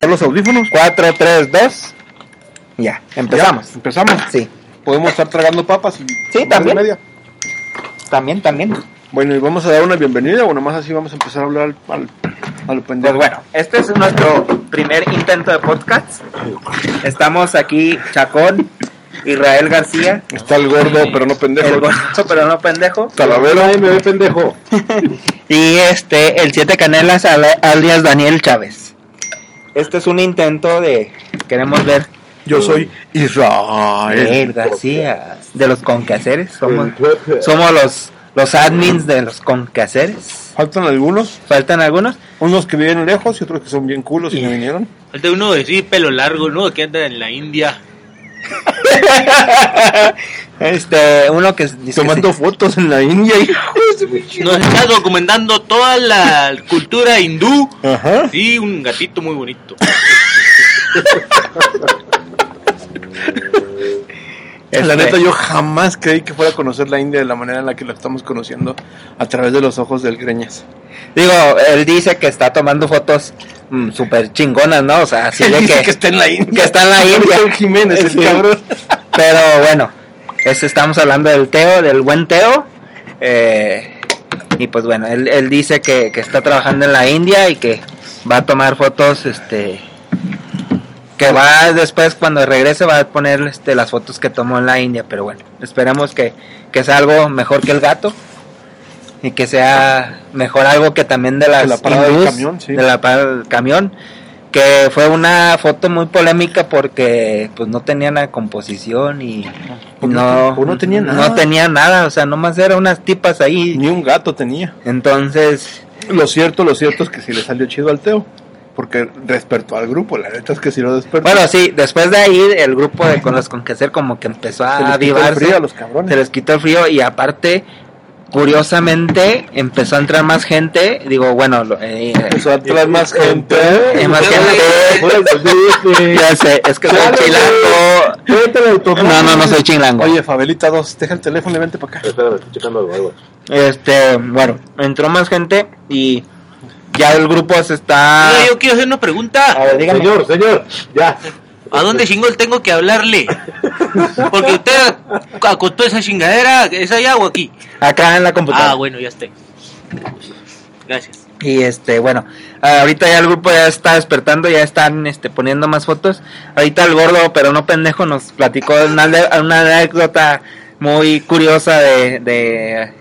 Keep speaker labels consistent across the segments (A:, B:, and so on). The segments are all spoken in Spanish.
A: los audífonos?
B: 4, 3, 2. Ya, empezamos.
A: Ya, empezamos.
B: Sí.
A: Podemos estar tragando papas y.
B: Sí,
A: más
B: también.
A: de media.
B: También, también.
A: Bueno, y vamos a dar una bienvenida o nomás así vamos a empezar a hablar al, al, a lo
B: Pues
A: pendejo.
B: bueno, este es nuestro primer intento de podcast. Estamos aquí, Chacón, Israel García,
A: Está el gordo, pero no pendejo.
B: el gordo, pero no pendejo.
A: Talavera. Ahí me ve pendejo.
B: Y este, el Siete Canelas al- alias Daniel Chávez. Este es un intento de. Queremos ver.
A: Yo soy Israel.
B: Israel García. De los conquehaceres. Somos, somos los, los admins de los conquehaceres.
A: Faltan algunos,
B: Faltan algunos.
A: unos que viven lejos y otros que son bien culos y
B: Y-
A: no vinieron.
C: Falta uno de sí, pelo largo, ¿no? Que anda en la India.
B: Este, uno que dice
A: Tomando fotos en la India, hijo.
C: Nos está documentando toda la cultura hindú.
A: Ajá.
C: Sí, un gatito muy bonito.
B: este,
A: La neta, yo jamás creí que fuera a conocer la India de la manera en la que la estamos conociendo a través de los ojos del Greñas.
B: Digo, él dice que está tomando fotos mm, súper chingonas, ¿no? O sea, así
A: Él
B: de
A: dice
B: que,
A: que está en la India.
B: que está en la India.
A: El Jiménez, el
B: Sí.
A: cabrón.
B: Pero bueno, es- estamos hablando del Teo, del buen Teo. eh, y pues bueno, él, él dice que, que está trabajando en la India y que va a tomar fotos, este... Que va después, cuando regrese, va a poner este, las fotos que tomó en la India. Pero bueno, esperemos que, que sea algo mejor que el gato. Y que sea mejor algo que también de las
A: la parada del
B: hindús,
A: camión, sí.
B: de la parada del camión que fue una foto muy polémica porque pues no tenía la composición y
A: Porque
B: no
A: tampoco tenía
B: no
A: nada.
B: tenía nada, o sea, nomás eran unas tipas ahí.
A: Ni un gato tenía.
B: Entonces,
A: Lo cierto, lo cierto es que sí le salió chido al Teo. Porque despertó al grupo, la neta es que sí lo despertó.
B: bueno, sí, después de ahí el grupo de con los con que hacer como que empezó
A: se les quitó el
B: a
A: frío a
B: avivarse,
A: los cabrones.
B: se les quitó el frío y aparte curiosamente empezó a entrar más gente, digo, bueno, lo- eh,
A: Empezó a traer más gente.
B: eh, más gente. Ya sé, es que soy
A: Chale, güey.
B: chilango. No, no, no soy chilango.
A: Oye, Fabelita 2, deja el teléfono y vente para acá.
D: Espérame, estoy checando algo, algo.
B: Este, bueno, entró más gente y ya el grupo se está.
A: Ah.
C: Oye, yo quiero hacer una pregunta.
D: Señor, señor, ya.
C: ¿A dónde chingol tengo que hablarle? Porque usted acostó esa chingadera, ¿es allá o aquí?
B: Acá en la computadora.
C: Ah, bueno, ya está. Gracias.
B: Y este, bueno, ahorita ya el grupo ya está despertando, ya están este, poniendo más fotos. Ahorita el gordo, pero no pendejo, nos platicó una, ale- una anécdota muy curiosa de, de,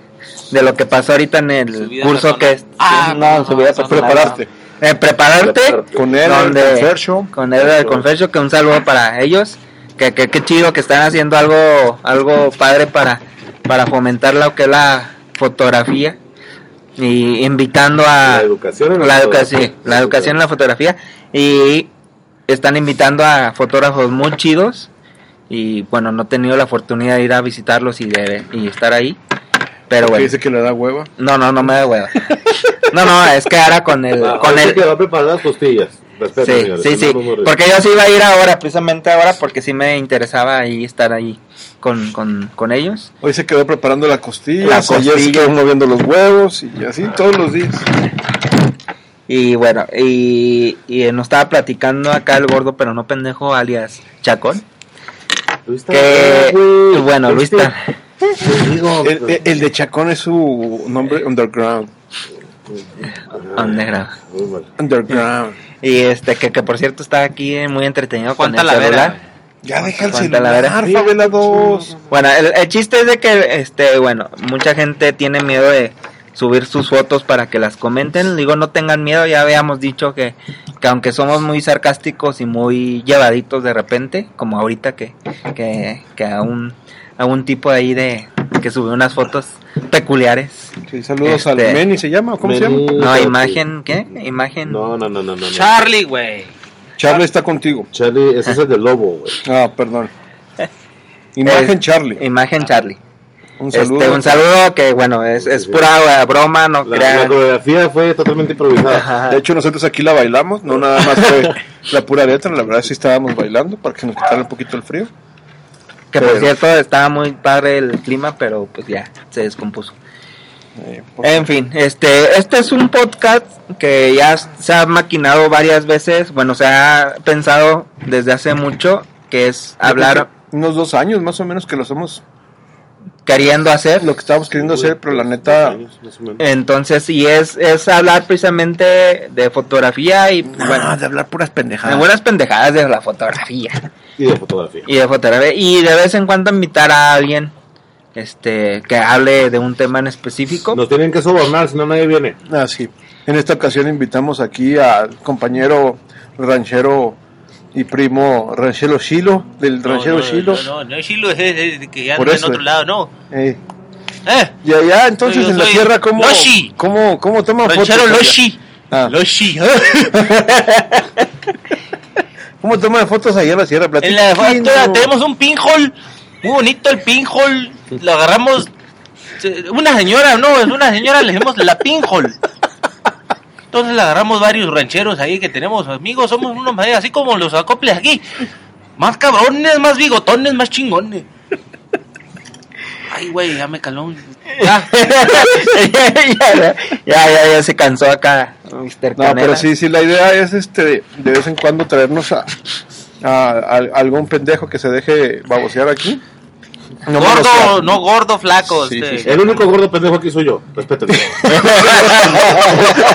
B: de lo que pasó ahorita en
C: Su
B: el
C: vida
B: curso
C: personal.
B: que es.
C: Ah,
B: no,
C: no,
B: su vida
C: no, no,
B: personal,
A: Preparaste.
B: no. Eh, prepararte.
A: Con él,
B: Donde-
A: con Fercho.
B: con él del Confesio, que un saludo para ellos, que, que, que chido que están haciendo algo, algo padre para, para fomentar lo que es la fotografía y invitando a
D: La educación en la
B: Ah, la, educa-
D: fotografía.
B: sí, la educación en la fotografía y están invitando a fotógrafos muy chidos y bueno no he tenido la oportunidad de ir a visitarlos y de y estar ahí pero
A: Que
B: bueno
A: dice que le da hueva.
B: no no no me da hueva no no es que ahora con el
D: Ah,
B: con
D: ahorita
B: el
D: que va a preparar las costillas. Respeto,
B: Sí,
D: señores,
B: sí, sí.
D: no nos morrimos.
B: Porque yo sí iba a ir ahora, precisamente ahora, porque sí me interesaba ahí estar ahí con, con, con ellos.
A: Hoy se quedó preparando la costilla,
B: La
A: ayer se
B: costilla.
A: quedó moviendo los huevos y así todos los días.
B: Y bueno, y, y nos estaba platicando acá el gordo, pero no pendejo, alias Chacón.
D: Luis
B: Que,
D: Tavares, güey.
B: bueno, Luis,
D: ¿Viste?
B: ta-
D: Te digo,
B: Eh,
A: El, el- el de Chacón es su nombre underground.
B: Underground.
D: Muy mal.
A: Underground.
B: Y este, que, que por cierto está aquí eh, muy entretenido con
C: Juan
B: el
C: Talavera.
B: celular.
A: Ya deja el
B: Juan
A: celular,
B: Talavera.
A: Fabela 2.
B: Bueno, el, el chiste es de que, este, bueno, mucha gente tiene miedo de subir sus fotos para que las comenten. Digo, no tengan miedo, ya habíamos dicho que, que aunque somos muy sarcásticos y muy llevaditos de repente, como ahorita que, que, que a, un, a un tipo ahí de que subió unas fotos peculiares.
A: Sí, saludos al
B: Este-
A: Meni, ¿se llama? ¿Cómo se
D: Meni.
A: llama?
B: No, imagen, ¿qué? Imagen.
D: No, no, no, no, no. no.
C: Charlie, güey.
A: Charlie está contigo.
D: Charlie, ese es el del lobo, güey.
A: Ah, perdón. Imagen
B: Eh,
A: Charlie.
B: Imagen Charlie.
A: Un
B: Este,
A: saludo.
B: un saludo que, bueno, es, es pura eh, broma, no
D: La, la
B: crean.
D: coreografía fue totalmente improvisada.
A: De hecho, nosotros aquí la bailamos, no nada más fue la pura letra, la verdad sí estábamos bailando para que nos quitara un poquito el frío.
B: Que por
A: Pero-
B: cierto estaba muy padre el clima, pero pues ya se descompuso.
A: Eh, por-
B: En fin, este, este es un podcast que ya se ha maquinado varias veces, bueno, se ha pensado desde hace mucho, que es hablar
A: Unos dos años más o menos que lo hemos,
B: queriendo hacer.
A: lo que estábamos queriendo hacer, pero la neta,
B: Entonces, y es, es hablar precisamente de fotografía y bueno,
A: de hablar puras pendejadas.
B: de buenas pendejadas de la fotografía.
D: Y de fotografía.
B: Y de fotografía. Y de vez en cuando invitar a alguien este que hable de un tema en específico.
D: Nos tienen que sobornar, si no nadie viene.
A: Ah, sí. En esta ocasión invitamos aquí al compañero ranchero y primo ranchero Shilo, del ranchero
C: no,
A: Shilo.
C: No, no, no, es Chilo, es, es- es que ya
A: Por
C: anda en
A: eso,
C: otro
A: eh.
C: lado, no.
A: Eh,
C: Eh,
A: y allá, entonces,
C: No, yo
A: en la
C: soy
A: tierra, ¿cómo,
C: Loshi.
A: cómo, cómo toman
C: ranchero
A: fotos? allá?
C: Loshi.
A: Ah.
C: Loshi. ¿eh?
A: ¿Cómo toman fotos allá en la sierra?
C: En la
A: Platíquenos.
C: factura tenemos un pinhole, muy bonito el pinhole, lo agarramos, se- una señora, no, es una señora le decimos la pinhole. Entonces la agarramos varios rancheros ahí que tenemos amigos, somos unos madres, así como los acoples aquí, más cabrones, más bigotones, más chingones. Ay, güey, ya me caló. un- Ya,
B: ya, ya, ya, ya se cansó acá, Mr.
A: No, pero sí, sí, la idea es este, de vez en cuando traernos a, a- a algún pendejo que se deje babosear aquí. No
C: gordo,
A: menoscab-
C: no gordo, flaco.
A: Sí,
C: este.
A: sí,
D: El único gordo pendejo aquí soy yo. Respétame.
B: Canela.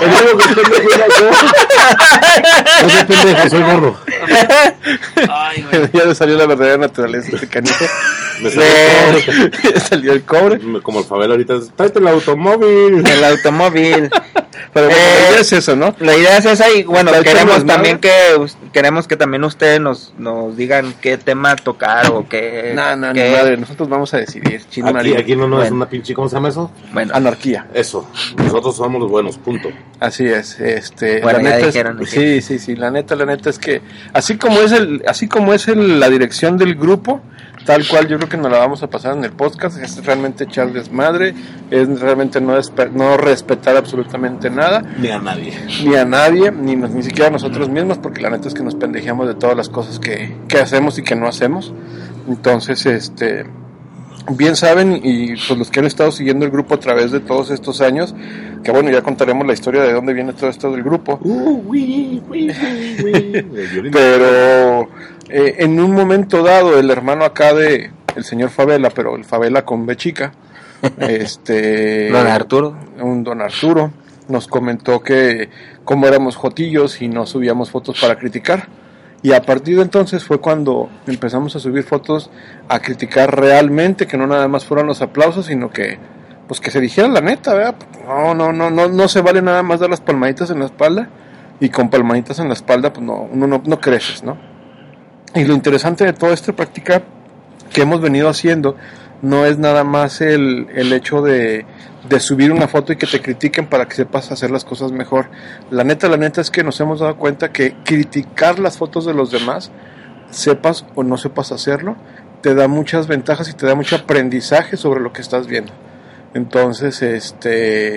D: El único pendejo era yo. No soy pendejo, soy gordo.
C: Ay, güey.
A: ya le salió la verdadera naturaleza de este canijo.
D: Me salió todo.
A: Le salió el cobre.
D: Me- Como el favela ahorita, es, tráete el automóvil.
B: El automóvil.
A: Pero bueno,
B: Eh,
A: la idea es eso, ¿no?
B: La idea es esa y bueno,
A: Está hecho
B: queremos
A: desmadre.
B: también que us- queremos que también ustedes nos, nos digan qué tema tocar o qué,
A: No, no,
B: qué-
A: ni madre, nosotros vamos a decidir. Chino
D: eh, Aquí,
A: María.
D: aquí no, no es
B: Bueno.
D: una pinche, ¿cómo se llama eso?
B: bueno,
A: Ah, Anarquía.
D: Eso, nosotros somos los buenos, punto.
A: Así es, este,
B: Bueno,
A: la
B: ya
A: neta
B: dijeron
A: es,
B: aquí.
A: sí, sí, sí, la neta, la neta es que así como es el, así como es el- la dirección del grupo, tal cual yo creo que nos la vamos a pasar en el podcast, es realmente echar desmadre, es realmente no, despe- no respetar absolutamente nada,
D: Ni a nadie.
A: ni a nadie, ni, nos- ni siquiera a nosotros mismos, porque la neta es que nos pendejeamos de todas las cosas que, que hacemos y que no hacemos. Entonces, este, bien saben, y pues los que han estado siguiendo el grupo a través de todos estos años, que bueno, ya contaremos la historia de dónde viene todo esto del grupo,
D: Uh, uy, uy, uy, uy.
A: pero eh, en un momento dado, el hermano acá de el señor Favela, pero el Favela con B chica, este...
B: don Arturo.
A: un don Arturo nos comentó que como éramos jotillos y no subíamos fotos para criticar. Y a partir de entonces fue cuando empezamos a subir fotos a criticar realmente, que no nada más fueron los aplausos, sino que pues que se dijera la neta, ¿verdad? Porque No, no, no, no, no se vale nada más dar las palmaditas en la espalda y con palmaditas en la espalda pues no, uno no, no creces, ¿no? Y lo interesante de toda esta práctica que hemos venido haciendo no es nada más el, el hecho de, de subir una foto y que te critiquen para que sepas hacer las cosas mejor. La neta, la neta es que nos hemos dado cuenta que criticar las fotos de los demás, sepas o no sepas hacerlo, te da muchas ventajas y te da mucho aprendizaje sobre lo que estás viendo. Entonces, este,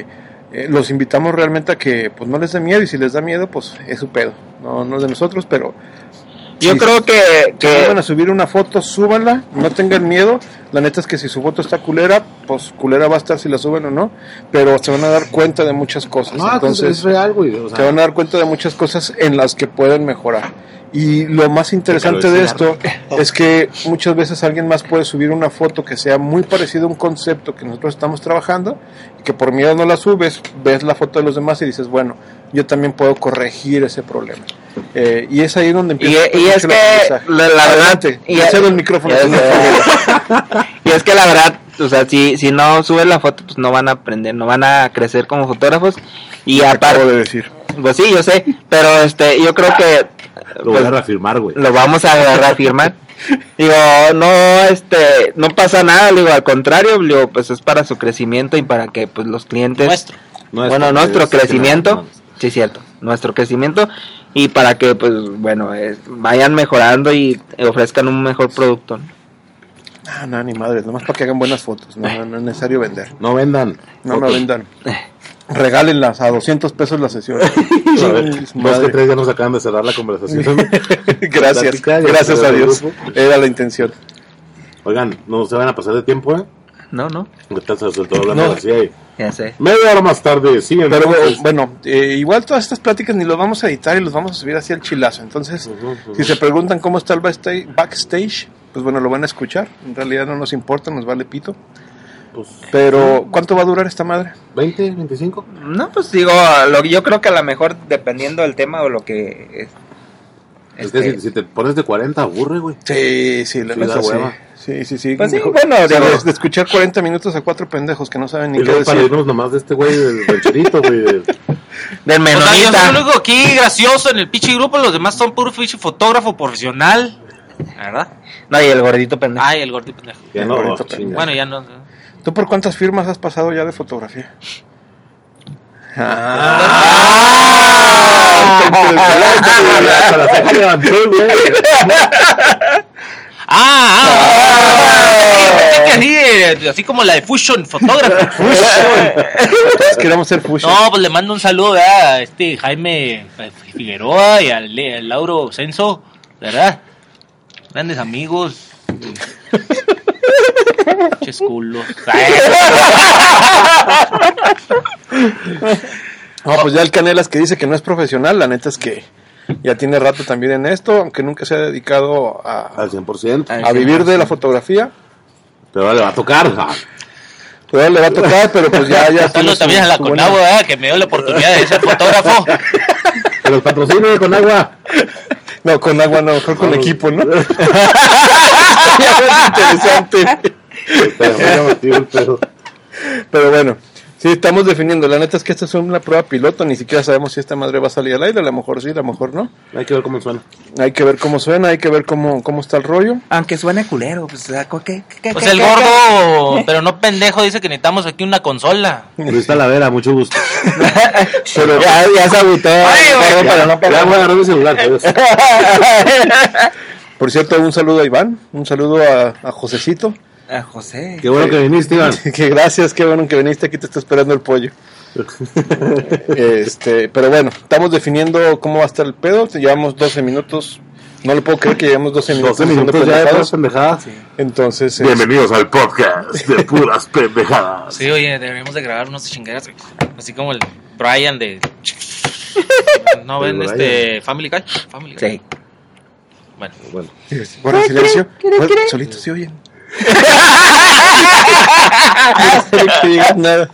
A: eh, los invitamos realmente a que pues no les dé miedo y si les da miedo, pues es su pedo. No, no es de nosotros, pero
B: Yo
A: Sí.
B: creo que,
A: que
B: que
A: van a subir una foto, súbanla, no tengan miedo. La neta es que si su foto está culera, pues culera va a estar si la suben o no, pero se van a dar cuenta de muchas cosas.
D: No, entonces es
A: Entonces,
D: real, güey. O sea,
A: se van a dar cuenta de muchas cosas en las que pueden mejorar. Y lo más interesante
D: Déjalo
A: de
D: desfilar.
A: esto es que muchas veces alguien más puede subir una foto que sea muy parecida a un concepto que nosotros estamos trabajando y que por miedo no la subes, ves la foto de los demás y dices, bueno, yo también puedo corregir ese problema. Eh, y es ahí donde
B: y,
A: empieza
B: y es
A: el
B: que
A: aprendizaje.
B: Eh, la, la verdad
A: Adelante,
B: y,
A: te cedo el micrófono.
B: ya sé. Y es que la verdad o sea si si no subes la foto pues no van a aprender no van a crecer como fotógrafos y
A: acabo
B: aparte
A: de decir.
B: pues sí yo sé pero este yo creo que
D: lo voy a
B: pues,
D: reafirmar, güey.
B: lo vamos a reafirmar digo no este no pasa nada digo al contrario digo pues es para su crecimiento y para que pues los clientes
C: Nuestro.
D: Nuestro,
B: bueno, nuestro
D: es- es-
B: crecimiento,
D: es-
B: sí, cierto, nuestro crecimiento y para que pues bueno eh, vayan mejorando y ofrezcan un mejor producto ¿no?
A: Ah, no, ni madres, nomás para que hagan buenas fotos. No, no, no es necesario vender.
D: No vendan.
A: No me vendan. Regálenlas a 200 pesos la sesión.
D: A ver,
A: Chingue su
D: Dos que
A: madre.
D: tres ya nos acaban de cerrar la conversación.
A: Gracias,
D: Plática, ya
A: gracias
D: se
A: a
D: cerró el
A: Dios.
D: grupo.
B: pues.
A: Era la intención.
D: Oigan, no se van a pasar de tiempo, ¿eh?
B: No, no,
D: Ahorita se soltó hablando
A: No.
D: así ahí.
B: ya sé.
D: Media hora más tarde, sí, Pues,
A: Pero
D: entonces-
A: bueno, eh, igual todas estas pláticas ni los vamos a editar y los vamos a subir así al chilazo. Entonces,
D: Ujú, ujú.
A: si se preguntan cómo está el backsta- backstage, pues bueno, lo van a escuchar. En realidad no nos importa, nos vale pito.
D: Pues,
A: Pero, ¿cuánto va a durar esta madre?
D: 20, 25.
B: No, pues digo, lo, yo creo que a lo mejor dependiendo del tema o lo que... es-
D: Pues, Es
B: este,
D: que si, si te pones de 40, aburre, güey.
A: Sí, sí, la
D: Sí,
A: neta,
D: da
A: sí.
D: hueva.
A: Sí, sí, sí.
B: Pues sí,
A: Mejor-
B: bueno,
A: o sea,
B: digo-
A: de- de escuchar 40 minutos a cuatro pendejos que no saben
D: Y
A: ni qué
D: luego para
A: decir.
D: irnos nomás de este güey, del rancherito, güey. del-
B: Del
C: O sea, yo soy el
B: menonita.
C: único aquí gracioso en el pinche grupo, los demás son puro pinche fotógrafo profesional. ¿Verdad?
B: No, y el gordito pendejo.
C: Ay, el gordito pendejo.
D: Ya
A: Del
D: no,
A: rancherito,
D: chinga.
C: Bueno, ya no.
A: ¿Tú por cuántas firmas has pasado ya de fotografía?
C: Ah,
B: Ah,
D: Ya, para hacer que levantó, güey.
C: Ah, ah, ah, pensé que así, eh, así como la de Fusion Photography.
A: Entonces queremos ser fusion.
C: No, pues le mando un saludo ¿verdad? a este Jaime Figueroa y al, Le- al Lauro Censo, ¿verdad? Grandes amigos. Pinches culos.
A: No, pues ya el Canelas que dice que no es profesional, la neta es que ya tiene rato también en esto, aunque nunca se ha dedicado a,
D: Al 100%.
A: a vivir de la fotografía.
D: Pero ahora le va a tocar. ah.
A: Todavía le va a tocar, pero pues ya, ya. tiene
C: Saludos
A: su-
C: también a la
A: su buena-
C: Conabo, ¿verdad? Que me dio la oportunidad de ser fotógrafo.
D: Que los patrocine con agua.
A: No, con agua no, mejor con
D: No.
A: equipo, ¿no? interesante.
D: Pero me ha metido el pedo.
A: Pero bueno, sí, estamos definiendo. La neta es que esta es una prueba piloto, ni siquiera sabemos si esta madre va a salir al aire, a lo mejor sí, a lo mejor no.
D: Hay que ver cómo suena.
A: Hay que ver cómo suena, hay que ver cómo, cómo está el rollo.
B: Aunque suene culero, pues, ¿qué,
C: Pues el gordo, pero no pendejo, dice que necesitamos aquí una consola.
D: Luis Talavera, mucho gusto.
B: Pero ya, ya se agüitó. gordo, pero no
D: Ya voy a agarrar mi celular. adiós.
A: Por cierto, un saludo a Iván, un saludo a, a Josecito.
B: A José.
D: Qué bueno que viniste, Iván.
A: Que gracias, qué bueno que viniste, aquí te está esperando el pollo. este, pero bueno, estamos definiendo cómo va a estar el pedo. Llevamos 12 minutos. No lo puedo creer que llevamos 12 minutos.
D: 12
A: haciendo
D: minutos ya de puras
A: pendejadas.
D: pendejadas.
A: Entonces, este, es-
D: Bienvenidos al podcast de puras pendejadas.
C: Sí, oye, deberíamos de grabar unos chingueras. Así como el Brian de. ¿No
D: El
C: ven
D: Brian.
C: este Family Guy? Family Guy.
B: Sí.
C: Bueno.
D: Bueno,
A: guarda silencio. Bueno, solitos se oyen. No quiero que digas nada.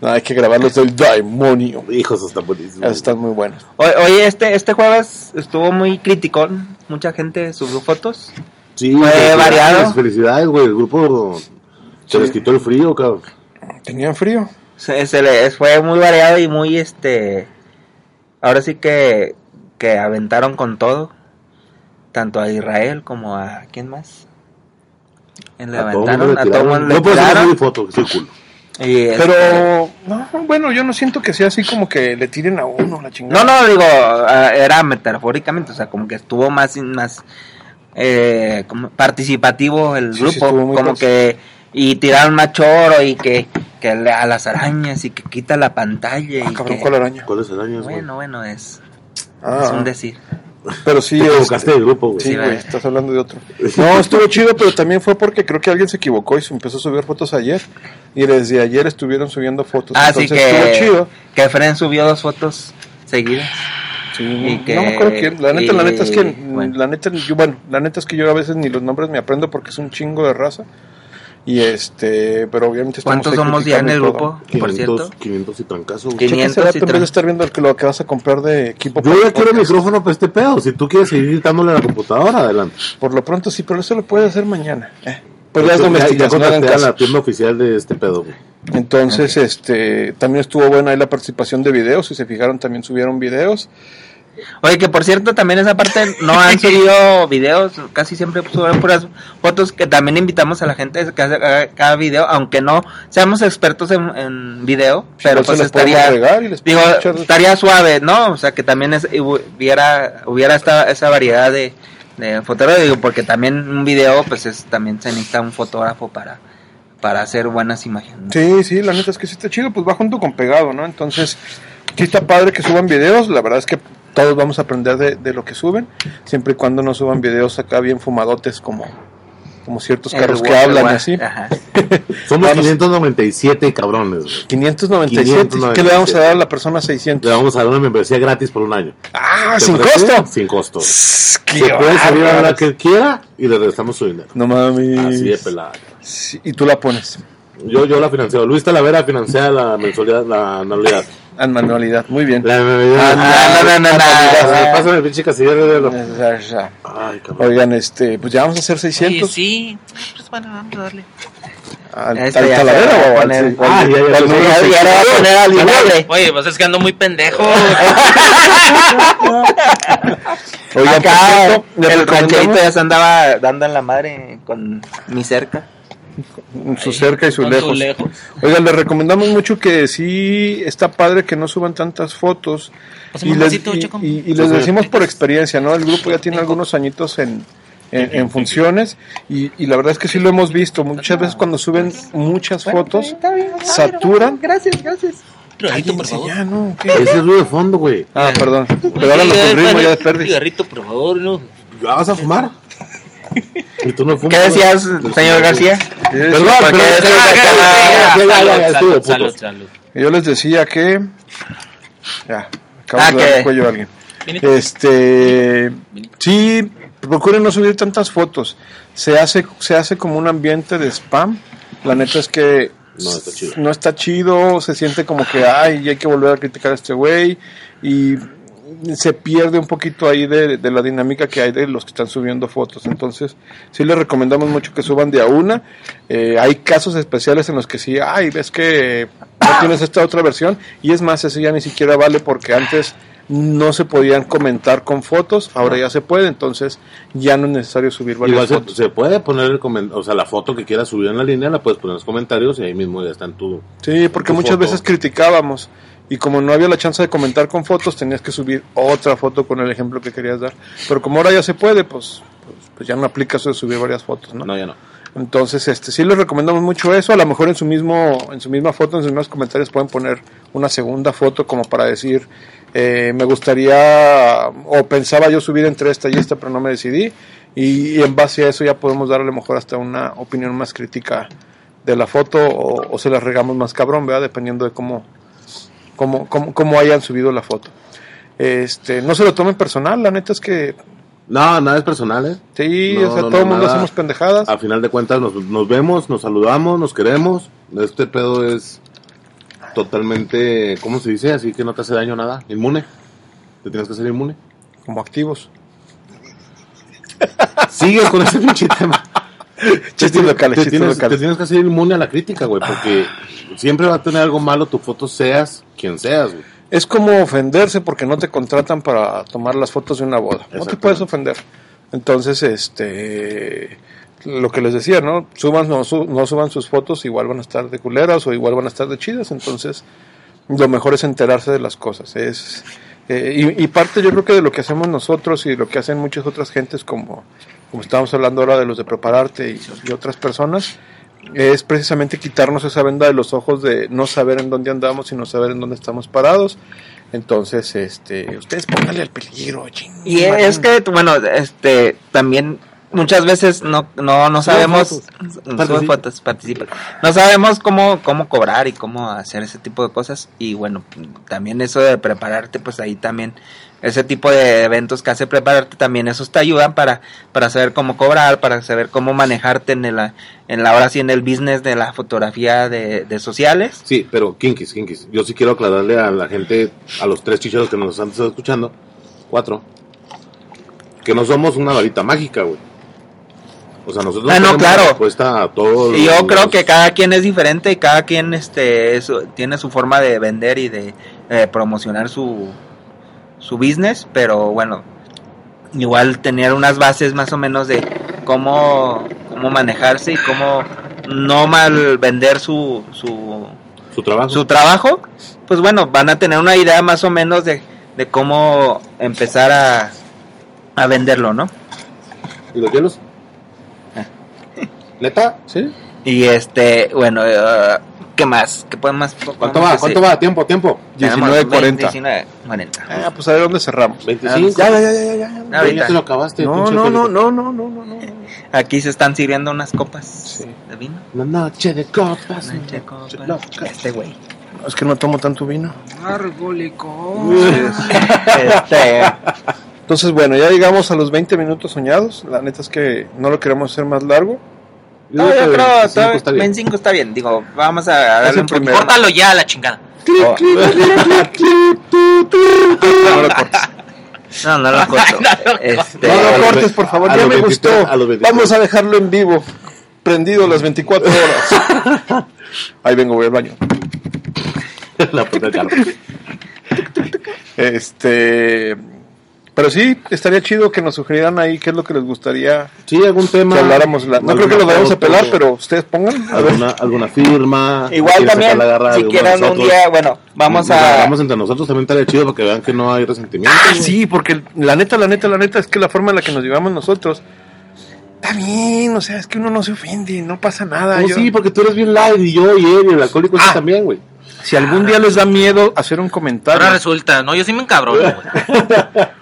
A: No, hay que grabarlos del demonio.
D: hijos, está buenísimo.
A: Esos están muy buenos.
B: Hoy, hoy este, este jueves estuvo muy criticón. Mucha gente subió fotos.
D: Sí,
B: Fue
D: felicidades,
B: variado.
D: Felicidades, güey. El grupo se les quitó el frío, cabrón.
A: Tenían frío.
B: Se, se le, fue muy variado y muy este. Ahora sí que, que aventaron con todo. Tanto a Israel como a. ¿Quién más? Le
D: A todo mundo
B: aventaron,
D: le
B: a todo
D: tiraron.
B: mundo le
D: No pues, puedo hacer
B: tiraron.
D: mi foto, soy culo.
B: Y, este,
A: Pero, no, bueno, yo no siento que sea así como que le tiren a uno la chingada.
B: No, no, digo, ah, era metafóricamente, o sea, como que estuvo más, más eh, como participativo el
A: Sí, sí,
B: grupo,
A: estuvo muy
B: como
A: partic-
B: que, y tiraron más choro y que, que le- a las arañas y que quita la pantalla.
A: Ah,
B: y
A: cabrón,
B: que-
A: ¿cuál araña?
D: ¿Cuáles arañas, güey?
B: Bueno, bueno, es,
A: Ah,
B: Pues, es un decir.
A: pero sí,
D: Te
A: es,
D: equivocaste de grupo, güey.
A: sí,
B: Sí,
A: güey,
B: va.
A: estás hablando de otro. No, estuvo chido, pero también fue porque creo que alguien se equivocó y se empezó a subir fotos ayer. Y desde ayer estuvieron subiendo fotos.
B: Así
A: entonces
B: Ah, que,
A: estuvo chido.
B: que Fren subió dos fotos seguidas.
A: Sí,
B: Y
A: no-
B: que-
A: no me acuerdo quién. La neta, la neta es que.
B: y- bueno.
A: La neta, yo, bueno, la neta es que yo a veces ni los nombres me aprendo porque es un chingo de raza. Y este, pero obviamente estamos
B: ¿Cuántos
A: ahí
B: somos ya en
A: criticando
B: el
A: y
B: grupo, por
D: 500,
B: cierto?
D: 500 y trancazo, güey.
B: ¿Qué?
A: Checa ese
B: 500
A: dato
B: y
A: en vez de
B: trans-
A: estar viendo el- lo que vas a comprar de equipo.
D: Yo
A: para
D: ya
A: el
D: quiero
A: podcast.
D: micrófono para este pedo. Si tú quieres seguir gritándole a la computadora, adelante.
A: Por lo pronto sí, pero eso lo puedes hacer mañana. Eh,
B: Pues
A: Peleas
D: Yo- Pues ya- ya
A: domésticas, no hagan
D: contacté a
A: caso.
D: la tienda oficial de este pedo, güey.
A: Entonces, este, también estuvo buena ahí la participación de videos. Si se fijaron, también subieron videos.
B: Oye, que por cierto, también esa parte no han subido videos, casi siempre suben puras fotos, que también invitamos a la gente que hace cada, cada video, aunque no seamos expertos en, en video, pero
A: Igual se
B: pues
A: los podemos
B: estaría,
A: agregar y les
B: digo,
A: podemos echar-
B: estaría suave, ¿no? O sea, que también es- hubiera, hubiera esta, esa variedad de, de fotógrafos, digo, porque también un video, pues es, también se necesita un fotógrafo para, para hacer buenas imágenes. ¿no?
A: Sí, sí, la neta es que sí está chido, pues va junto con pegado, ¿no? Entonces, sí está padre que suban videos, la verdad es que todos vamos a aprender de, de lo que suben, siempre y cuando no suban videos acá bien fumadotes como, como ciertos
B: El
A: carros que
B: guau, el
A: hablan
B: guau.
A: así.
B: Ajá.
D: Somos
A: Vamos.
D: 597 cabrones. güey.
A: 597, ¿qué le vamos a dar a la persona
D: Le
A: 600?
D: vamos a dar una membresía gratis por un año.
A: ¡Ah,
D: ¿Te
A: sin
D: parece?
A: costo!
D: Sin costo.
A: ¡Qué
D: Se puede salir a la
A: bárbaro!
D: que quiera y le regresamos su dinero.
A: No mames.
D: Así de pelada.
A: Sí, y tú la pones,
D: Yo, yo la financio. Luis Talavera financia la mensualidad, la anualidad.
A: en manualidad, muy bien.
D: La anualidad.
B: Ah, no, no, no, no,
D: Ah,
B: no.
D: Pásame el pinche casillero de los.
A: Oigan,
D: Ay, cabrón.
A: este, pues ya vamos a hacer
C: Oye,
A: 600.
C: sí, pues bueno, vamos a darle.
A: Al,
B: Este
A: al
B: ya se
A: Talavera
B: va a
A: o al-
B: poner-
A: al-
D: Ah, ya, ya,
A: al
D: ya,
A: número
D: ya,
B: Y ahora va a poner al inmueble.
C: Oye, pues es que ando muy pendejo.
A: Oigan,
B: Acá,
A: por cierto, les
B: el rancherito
A: recomendamos
B: ya se andaba dando en la madre con mi cerca.
A: su cerca y su
C: Con su
A: lejos.
C: lejos.
A: Oigan, les recomendamos mucho que sí está padre que no suban tantas fotos.
C: Pásame
A: Y
C: un
A: les,
C: vasito,
A: y-
C: Checo.
A: y- y les decimos por experiencia, ¿no? El grupo ya tiene algunos añitos en, en, en funciones y, y la verdad es que sí lo hemos visto. Muchas veces cuando suben muchas fotos, saturan.
B: Gracias, gracias.
C: Cigarrito, por
A: Cállense
C: favor.
A: ya, ¿no? ¿Qué?
D: Ese es ruido de fondo, güey.
A: Ah, perdón. Pero ahora
C: Oye,
A: con ritmo
C: bueno,
A: ya de
C: un
A: perdiz.
C: Cigarrito, por favor, no.
D: ¿Ah, ¿Vas a fumar? Y tú no fumas.
B: ¿Qué decías,
D: güey.
B: señor García?
D: Perdón,
B: ¿Por
D: pero-
B: qué
D: ya,
B: decías
D: ya, ya, ya, ya, ya, ya, estuvo,
C: Salud,
D: puto.
C: salud, salud.
A: Yo les decía que. Ya, acabo
B: Ah,
A: de dar
B: que-
A: el cuello a alguien.
C: Viene.
A: Este.
C: Vení.
A: Sí, procuren no subir tantas fotos. Se hace, se hace como un ambiente de spam. La neta es que.
D: No, está chido.
A: no está chido, se siente como que, ay, hay que volver a criticar a este güey. Y se pierde un poquito ahí de, de la dinámica que hay de los que están subiendo fotos. Entonces, sí les recomendamos mucho que suban de a una. Eh, hay casos especiales en los que sí, ay, ves que no tienes esta otra versión. Y es más, eso ya ni siquiera vale porque antes no se podían comentar con fotos, ahora ya se puede, entonces ya no es necesario subir varias
D: Igual se,
A: fotos.
D: se puede poner el comen- o sea, la foto que quieras subir en la línea la puedes poner en los comentarios y ahí mismo ya está en tu.
A: Sí, porque
D: tu
A: muchas
D: foto.
A: veces criticábamos y como no había la chance de comentar con fotos, tenías que subir otra foto con el ejemplo que querías dar. Pero como ahora ya se puede, pues, pues, pues ya no aplica eso de subir varias fotos, ¿no?
D: No, ya no.
A: Entonces, este, sí les recomendamos mucho eso. A lo mejor en su mismo, en su misma foto, en sus mismos comentarios pueden poner una segunda foto como para decir, eh, me gustaría o pensaba yo subir entre esta y esta, pero no me decidí. Y, y en base a eso ya podemos dar a lo mejor hasta una opinión más crítica de la foto o, o se la regamos más cabrón, ¿verdad? Dependiendo de cómo, cómo, cómo, cómo hayan subido la foto. Este, no se lo tomen personal, la neta es que
D: No, nada es personal, ¿eh?
A: sí,
D: No,
A: o sea,
D: no,
A: todo el
D: no,
A: mundo
D: nada. Ah.
A: hacemos pendejadas.
D: A final de cuentas nos, nos vemos, nos saludamos, nos queremos. Este pedo es totalmente, ¿cómo se dice? Así que no te hace daño nada. Inmune. Te tienes que ser inmune.
A: como activos.
D: Sigue con ese pinche tema. Te
A: Chistes
D: tienes-
A: locales,
D: te
A: chistes
D: tienes,
A: locales.
D: te tienes que hacer inmune a la crítica, güey, porque siempre va a tener algo malo tu foto, seas quien seas, güey.
A: Es como ofenderse porque no te contratan para tomar las fotos de una boda. No te
D: Exactamente.
A: puedes ofender. Entonces, este, lo que les decía, ¿no? Suban, no, su- no suban sus fotos, igual van a estar de culeras o igual van a estar de chidas. Entonces, lo mejor es enterarse de las cosas. Es, eh, y, y parte yo creo que de lo que hacemos nosotros y de lo que hacen muchas otras gentes, como, como estábamos hablando ahora de los de prepararte y, y otras personas, es precisamente quitarnos esa venda de los ojos de no saber en dónde andamos y no saber en dónde estamos parados. Entonces, este, ustedes pónganle al peligro, ching.
B: Y es que, bueno, este, también muchas veces no, no, no sabemos, Sube
D: Participa.
B: fotos, participa. no sabemos cómo, cómo cobrar y cómo hacer ese tipo de cosas. Y bueno, también eso de prepararte, pues ahí también, ese tipo de eventos que hace prepararte, también esos te ayudan para, para saber cómo cobrar, para saber cómo manejarte en el, en la hora sí, en el business de la fotografía de, de sociales.
D: Sí, pero kinkis, kinkis. Yo sí quiero aclararle a la gente, a los tres chicheros que nos están escuchando, cuatro, que no somos una varita mágica, güey. O sea, nosotros
B: Ah, no,
D: tenemos
B: claro.
D: respuesta a todo.
B: Y yo creo que cada quien es diferente y cada quien este, es- tiene su forma de vender y de eh, promocionar su, su business, pero bueno, igual tener unas bases más o menos de cómo, cómo manejarse y cómo no mal vender su, su,
D: Su trabajo.
B: su trabajo, pues bueno, van a tener una idea más o menos de, de cómo empezar a, a venderlo, ¿no?
D: ¿Y los hielos?
B: Ah.
D: ¿Neta? ¿Sí?
B: Y este, bueno, eh, ¿qué más? ¿Qué podemos más?
D: ¿Cuánto va? ¿Cuánto va? Tiempo, tiempo.
B: Tenemos
A: 19.40.
B: 19.40.
A: Ah, pues a ver dónde cerramos.
D: 25.
A: Ya, ya, ya, ya, ya.
D: Ya,
B: Ahorita.
D: te lo acabaste.
A: No,
D: pinche
A: no, no,
D: Felipe.
A: no, no, no, no, no.
B: Aquí se están sirviendo unas copas
A: Sí.
B: de vino.
D: Una noche de copas.
B: Una noche de copas. Este güey.
A: Es que no tomo tanto vino.
B: Este,
A: Entonces, bueno, ya llegamos a los 20 minutos soñados. La neta es que no lo queremos hacer más largo.
B: no, yo creo
D: que
B: está,
D: 25 está bien.
B: 25 está bien. Digo, vamos a
A: Es
B: darle
A: el
B: un poquito
A: primero.
B: más.
C: Córtalo ya a la chingada.
B: Oh,
A: No lo cortes.
B: No, no lo corto. Este,
A: No
D: a
A: lo
D: los
A: cortes,
D: ve-
A: por favor.
D: a
A: Ya
D: los
A: me
D: 23,
A: gustó.
D: a los 23.
A: Vamos a dejarlo en vivo. Prendido las 24 horas. Ahí vengo, voy al baño.
D: La puta del carro.
A: Este. Pero sí, estaría chido que nos sugirieran ahí qué es lo que les gustaría
D: Sí, algún tema.
A: que habláramos. la- No creo que lo vayamos a pelar, pero ustedes pongan. A ver.
D: Alguna, alguna firma.
B: Igual
D: ¿Quieren
B: también,
D: sacar la garra de
B: si
D: uno de
B: quieren un
D: nosotros?
B: día, bueno, vamos
D: Nos
B: a...
D: agarramos entre nosotros también estaría chido para que vean que no hay resentimiento.
A: Ah, sí, porque la neta, la neta, la neta es que la forma en la que nos llevamos nosotros está bien, o sea, es que uno no se ofende, no pasa nada.
D: No,
A: yo-
D: sí, porque tú eres bien light y yo y él y el alcohólico ese
A: Ah.
D: también, güey.
A: Si algún día
B: Ah,
A: les da miedo hacer un
C: Ahora
A: comentario,
C: resulta, no, yo sí me encabrono, güey.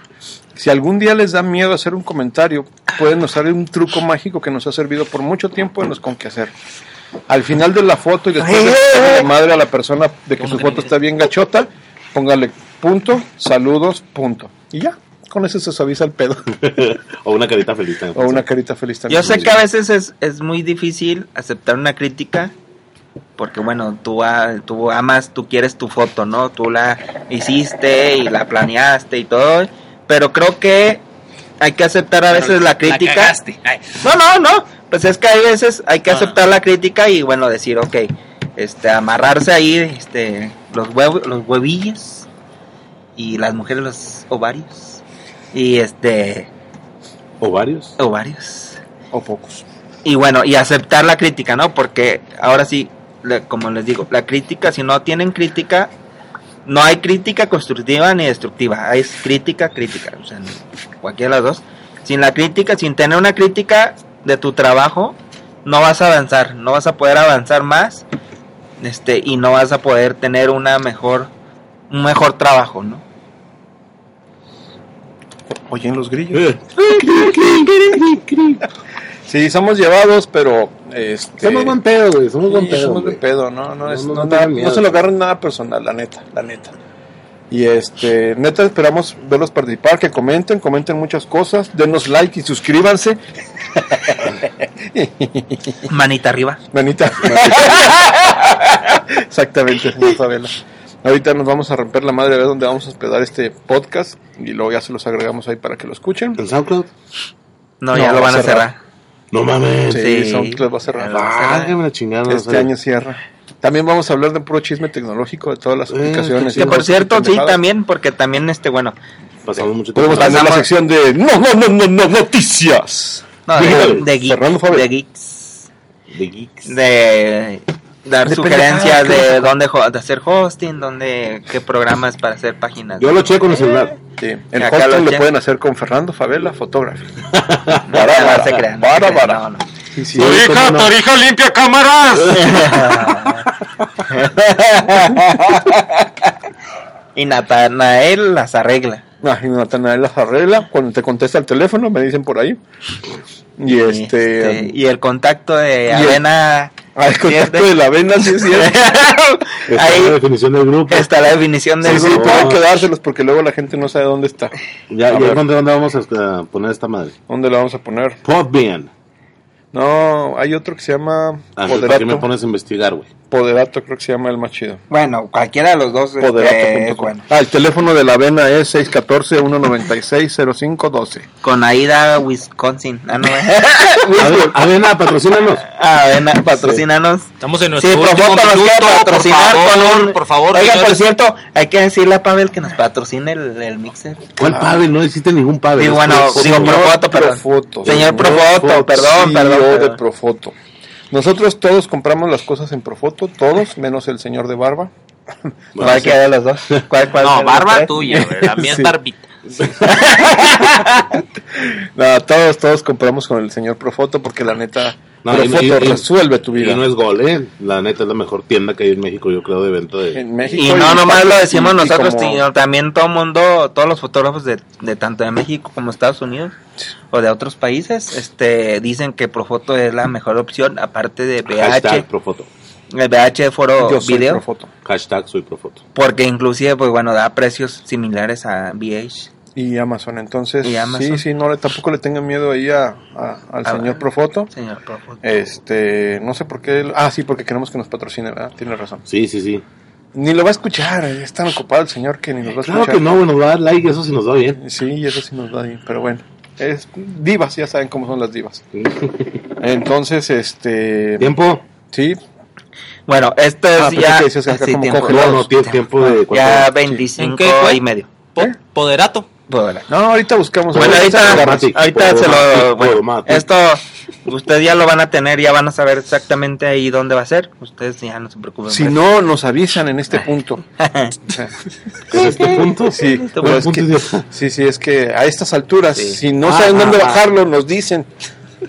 A: si algún día les da miedo hacer un comentario, pueden usar un truco mágico que nos ha servido por mucho tiempo en los conquehacer. Al final de la foto y después de la madre a la persona de que su foto está bien gachota, póngale punto, saludos, punto. Y ya, con eso se suaviza el pedo.
D: O una carita feliz
A: O
D: también.
A: una carita feliz también.
B: Yo sé que a veces es, es muy difícil aceptar una crítica porque bueno, tú, a- tú amas, tú quieres tu foto, ¿no? Tú la hiciste y la planeaste y todo, pero creo que hay que aceptar a veces la crítica.
C: cagaste. Ay.
B: No, no, no. Pues es que hay veces hay que
C: Ah.
B: aceptar la crítica y bueno, decir, ok, este, amarrarse ahí, este, los huevos, los huevillos y las mujeres los ovarios y este,
D: O varios.
B: ovarios.
A: O pocos.
B: Y bueno, y aceptar la crítica, ¿no? Porque ahora sí, le- como les digo, la crítica, si no tienen crítica, no hay crítica constructiva ni destructiva, es crítica, crítica, o sea, ni- cualquiera de las dos. Sin la crítica, sin tener una crítica de tu trabajo, no vas a avanzar, no vas a poder avanzar más, este, y no vas a poder tener una mejor, un mejor trabajo, ¿no?
A: Oyen los grillos.
D: Eh,
A: Sí, somos llevados, pero este
D: Somos buen pedo, güey. Somos
A: sí,
D: buen pedo.
A: somos
D: güey.
A: buen pedo, no, no,
D: No,
A: es-
D: no
A: no,
D: tengan
A: nada-
D: miedo.
A: no se lo agarren nada personal, la neta, la neta. Y este, neta esperamos verlos participar, que comenten, comenten muchas cosas, denos like y suscríbanse,
B: Manita arriba.
A: manita. Exactamente, señor Favela. Ahorita nos vamos a romper la madre a ver dónde vamos a hospedar este podcast y luego ya se los agregamos ahí para que lo escuchen.
D: ¿En SoundCloud?
B: No,
A: No,
B: ya lo
A: va a
B: van a cerrar.
D: No mames.
A: Sí,
B: sí.
A: SoundCloud va a cerrar.
B: Ya lo
D: Válgame la chingada. o
A: Este
D: sea,
A: año cierra. También vamos a hablar de puro chisme tecnológico, de todas las
D: Eh,
A: aplicaciones.
D: qué
A: y
B: Que por
A: cosas
B: cierto, sí,
A: pendejadas.
B: también, porque también, este, bueno,
D: Pasamos mucho tiempo.
A: Podemos tener la
B: Pasamos-
A: sección de no, no, no, no, no, noticias.
B: no, de,
D: Dígale,
B: de geeks,
A: Fernando Faber.
B: de geeks,
D: De geeks.
B: de dar
A: De
B: sugerencias
A: pendejadas,
B: de dónde ho- de hacer hosting, dónde, qué programas para hacer páginas.
D: Yo lo checo con el celular.
A: Sí, El
B: Acá lo
A: hosting lo
B: che-
A: pueden hacer con Fernando Favela, fotógrafo.
B: No, no, no se crean, no se
A: Para,
B: crean,
A: para.
B: no, no.
A: Sí, sí.
D: Torija,
C: Torija, limpia cámaras!
B: Y Natanael las arregla.
A: Ah, y Natanael las arregla. Cuando te contesta el teléfono, me dicen por ahí. Y este.
B: Este, y el contacto de
A: el-
B: Avena.
A: ah, el contacto
B: ¿cierto?
A: de la vena, sí, sí. Este,
D: Está la
B: Ahí
D: definición del grupo.
B: está la definición del
A: Sí, sí,
B: grupo.
A: pueden quedárselos porque luego la gente no sabe dónde está.
D: Ya,
A: A
D: ya
A: ver.
D: ¿dónde, ¿dónde vamos a a poner esta madre?
A: ¿Dónde la vamos a poner?
D: Podbean.
A: No, hay otro que se llama
D: Ah, ¿Para qué me
A: Moderato.
D: pones a investigar, güey?
A: Poderato creo que se llama el más chido.
B: Bueno, cualquiera de los dos este, es
A: Poderato.com.
B: bueno.
A: Ah, el teléfono de la avena es 614-196-0512.
B: Con Aida, Wisconsin. Ah, no.
D: Ave- Avena, patrocínanos.
B: Ah, ven, patrocinanos.
C: Estamos en nuestro
B: Sí, por
C: último
B: favor, nos
C: minuto,
B: quiere
C: por
B: patrocinar con
C: favor,
B: un...
C: por favor.
B: Oiga, por
C: señores.
B: cierto, hay que decirle a Pavel que nos patrocine el, el mixer.
D: ¿Cuál padre? No existe ningún padre.
B: Sí, bueno, digo,
D: Señor,
B: Profoto, perdón.
A: Profoto.
B: Señor Profoto, perdón,
A: CEO
B: perdón.
A: de
B: perdón.
A: Profoto. Nosotros todos compramos las cosas en Profoto, todos, menos el señor de barba.
B: ¿Cuál que de las dos? ¿Cuál, cuál de
C: No,
B: las
C: barba
B: tres?
C: tuya, güey, la mía
A: Sí.
C: es barbita.
A: No, todos, todos compramos con el señor Profoto porque la neta,
D: No, y-
A: Profoto
D: y- y-
A: resuelve tu vida.
D: Y no es gol, ¿eh? La neta es la mejor tienda que hay en México, yo creo, de venta de...
A: En México
B: Y no nomás lo decimos
A: y- y
B: nosotros,
A: como-
B: sino también todo mundo, todos los fotógrafos de, de tanto de México como Estados Unidos o de otros países, este, dicen que Profoto es la mejor opción, aparte de
D: Hashtag
B: VH,
D: Profoto.
B: el VH de foro
A: yo soy
B: video,
A: Profoto.
D: Hashtag soy Profoto.
B: porque inclusive, pues bueno, da precios similares a VH.
A: Y Amazon, entonces,
B: Y Amazon.
A: sí, sí, no, le- tampoco le tengan miedo ahí a, a- al
B: A-
A: señor Profoto.
B: Señor Profoto.
A: Este, no sé por qué, ah, sí, porque queremos que nos patrocine, ¿verdad? Tiene razón.
D: Sí, sí, sí.
A: Ni lo va a escuchar, es tan ocupado el señor que ni nos va a
D: Claro
A: escuchar.
D: que no, bueno, va a dar like, eso sí nos va bien.
A: Sí, eso sí nos da ahí, pero bueno. Es divas, ya saben cómo son las divas. Entonces, este.
D: ¿Tiempo?
A: Sí,
B: Bueno, esto es
A: Ah, pensé
B: ya...
A: que decías acá
B: sí,
A: como
B: tiempo.
A: congelados.
D: No, no, tie- tiempo de...
B: Ya
D: cuánto-
B: 25
C: ¿En qué fue?
B: y medio.
C: Po-
A: ¿Eh?
C: Poderato.
B: Bueno,
A: no, ahorita buscamos.
B: Oh. Bueno, ahorita,
D: Programático,
B: ahorita se lo...
D: programático,
B: Bueno,
D: programático.
B: esto, ustedes ya lo van a tener, ya van a saber exactamente ahí dónde va a ser. Ustedes ya no se preocupen.
A: Si
B: pues.
A: no, nos avisan en este punto.
D: ¿En este punto?
A: Sí,
D: Buen
A: pero es
D: punto,
A: que-
D: idiota.
A: sí, sí, es que a estas alturas,
B: Sí.
A: si no
D: Ah,
A: saben dónde
D: ah,
A: bajarlo, nos dicen.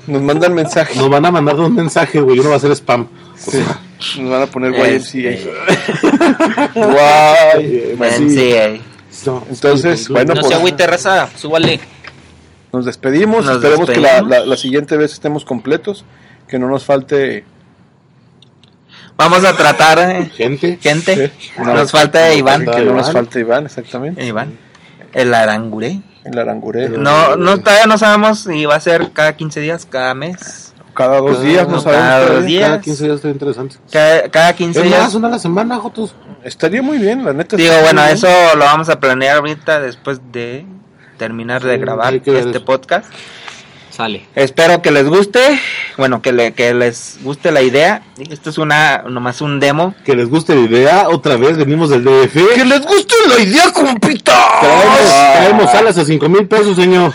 A: Nos mandan mensaje.
D: Nos van a mandar dos mensajes, güey. Uno va a ser spam.
A: Sí,
D: O sea,
A: Nos van a poner
B: Este,
A: YMCA. eh. Guay.
D: eh, pues,
B: ven,
D: sí.
B: sí, ahí.
D: No,
A: Entonces,
D: sí,
A: bueno,
C: No
A: pues-
C: se agüite, raza, súbale.
A: Nos despedimos.
B: Nos
A: Esperemos
B: despedimos.
A: que la, la- la siguiente vez estemos completos. Que no nos falte.
B: Vamos a tratar, eh,
D: Gente,
B: gente.
A: Sí.
B: Nos falta Iván.
A: Que no nos
D: Iván.
A: falte Iván, exactamente.
B: Iván. El arangure.
A: El aranguré.
B: No, no, todavía no sabemos si va a ser cada 15 días, cada mes.
A: Cada
B: pues,
A: dos
D: Cada-
A: días, no
D: cada
A: sabemos.
B: dos
A: todavía.
B: días.
D: cada 15 días está interesante.
B: Cada, cada 15
D: Es
B: días.
D: más, una a la semana, Jotos.
A: Estaría muy bien, la neta.
B: Digo,
A: estaría
B: bueno,
A: muy bien.
B: eso lo vamos a planear ahorita después de terminar de
D: Sí,
B: grabar
D: hay que ver
B: este
D: eso.
B: podcast.
C: Sale.
B: Espero que les guste, bueno, que, le, que les guste la idea. Esto es una, nomás un demo.
D: Que les guste la idea, otra vez venimos del DF.
A: ¡Que les guste la idea, compita!
D: Traemos, traemos alas a 5 mil pesos, señor.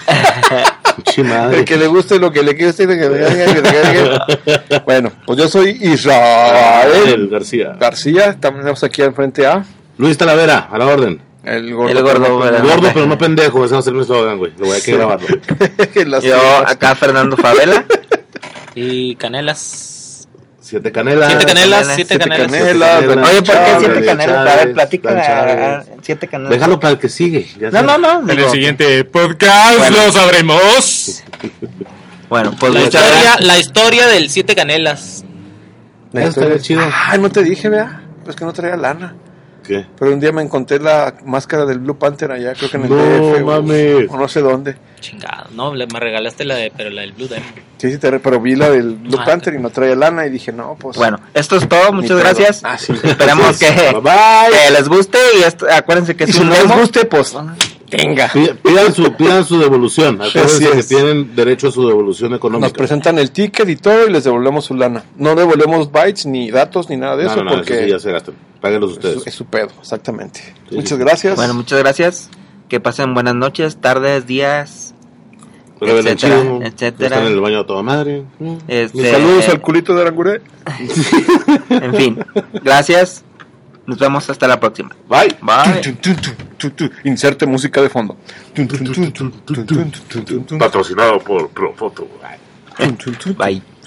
D: Pinche madre.
A: El que le guste lo que le guste. lo que le haga, que le haga. bueno, pues yo soy Israel
D: Ángel García.
A: García. También tenemos aquí al frente a
D: Luis Talavera, a la orden.
A: el gordo.
B: El gordo, ¿verdad?
D: Gordo, pero no pendejo. Ese va a ser mi slogan, güey. Lo voy a que grabarlo.
A: Las
B: Yo ah,
A: ideas.
B: acá Fernando Favela.
C: Y canelas.
D: Siete canelas.
C: Siete canelas,
B: Ah, canelas,
C: siete
A: Siete
C: canelas.
A: canelas,
B: Oye, ¿por qué
A: Chávez,
B: siete canelas? A ver,
D: Chávez,
B: platícale a- a-
D: Chávez.
B: siete canelas.
D: Déjalo para el que sigue. ya
B: No,
D: sé.
B: no, no.
E: En
B: digo,
E: el siguiente podcast
B: Bueno.
E: lo sabremos.
B: Bueno, pues
C: La
B: muchas
C: historia,
B: gracias.
C: la historia del siete canelas.
D: Eso estaría chido.
A: Ah, no te dije, vea. Pues que no traía lana.
D: ¿Qué?
A: Pero un día me encontré la máscara del Blue Panther allá, creo que en el
D: No
A: DF, o-
D: mames.
A: O no sé dónde.
C: Chingado, no, le- me regalaste la de, pero la del Blue Demon.
A: Sí, sí, te re- pero vi la del Blue
C: Ah.
A: Panther y no traía lana y dije, no, pues.
B: Bueno, esto es todo.
A: ni
B: Muchas
A: pedo.
B: gracias.
A: Ah, sí.
B: Esperamos que,
D: Bye, Pues, bye.
B: que les guste y esto- acuérdense que
A: Y
B: es
A: si
B: un
A: no les
B: demo.
A: guste, pues. Tenga.
D: Pi- Pidan su, pidan su devolución.
A: Así
D: Acuérdense que
A: es.
D: tienen derecho a su devolución
A: Nos
D: económica.
A: presentan el ticket y todo y les devolvemos su lana. No devolvemos bytes ni datos ni nada de
D: No,
A: eso
D: no, no,
A: porque
D: eso sí ya se gastan. Páguenlos
A: es,
D: ustedes.
A: su- es su pedo, exactamente.
D: Sí,
A: Muchas
D: sí.
A: gracias.
B: Bueno, muchas gracias. Que pasen buenas noches, tardes, días.
D: Pruébenlo
B: etcétera,
D: chido.
B: etcétera.
D: Están en el baño a toda madre.
B: Este,
A: Mis saludos al culito de Aranguré.
B: En fin, gracias. Nos vemos hasta la próxima.
D: Bye.
B: Bye.
A: Tun, tun, tun, tun, tun. Inserte música de fondo. Tun, tun, tun, tun, tun, tun, tun, tun, tun.
D: Patrocinado por Profoto.
A: Tun, tun, tun.
B: Bye.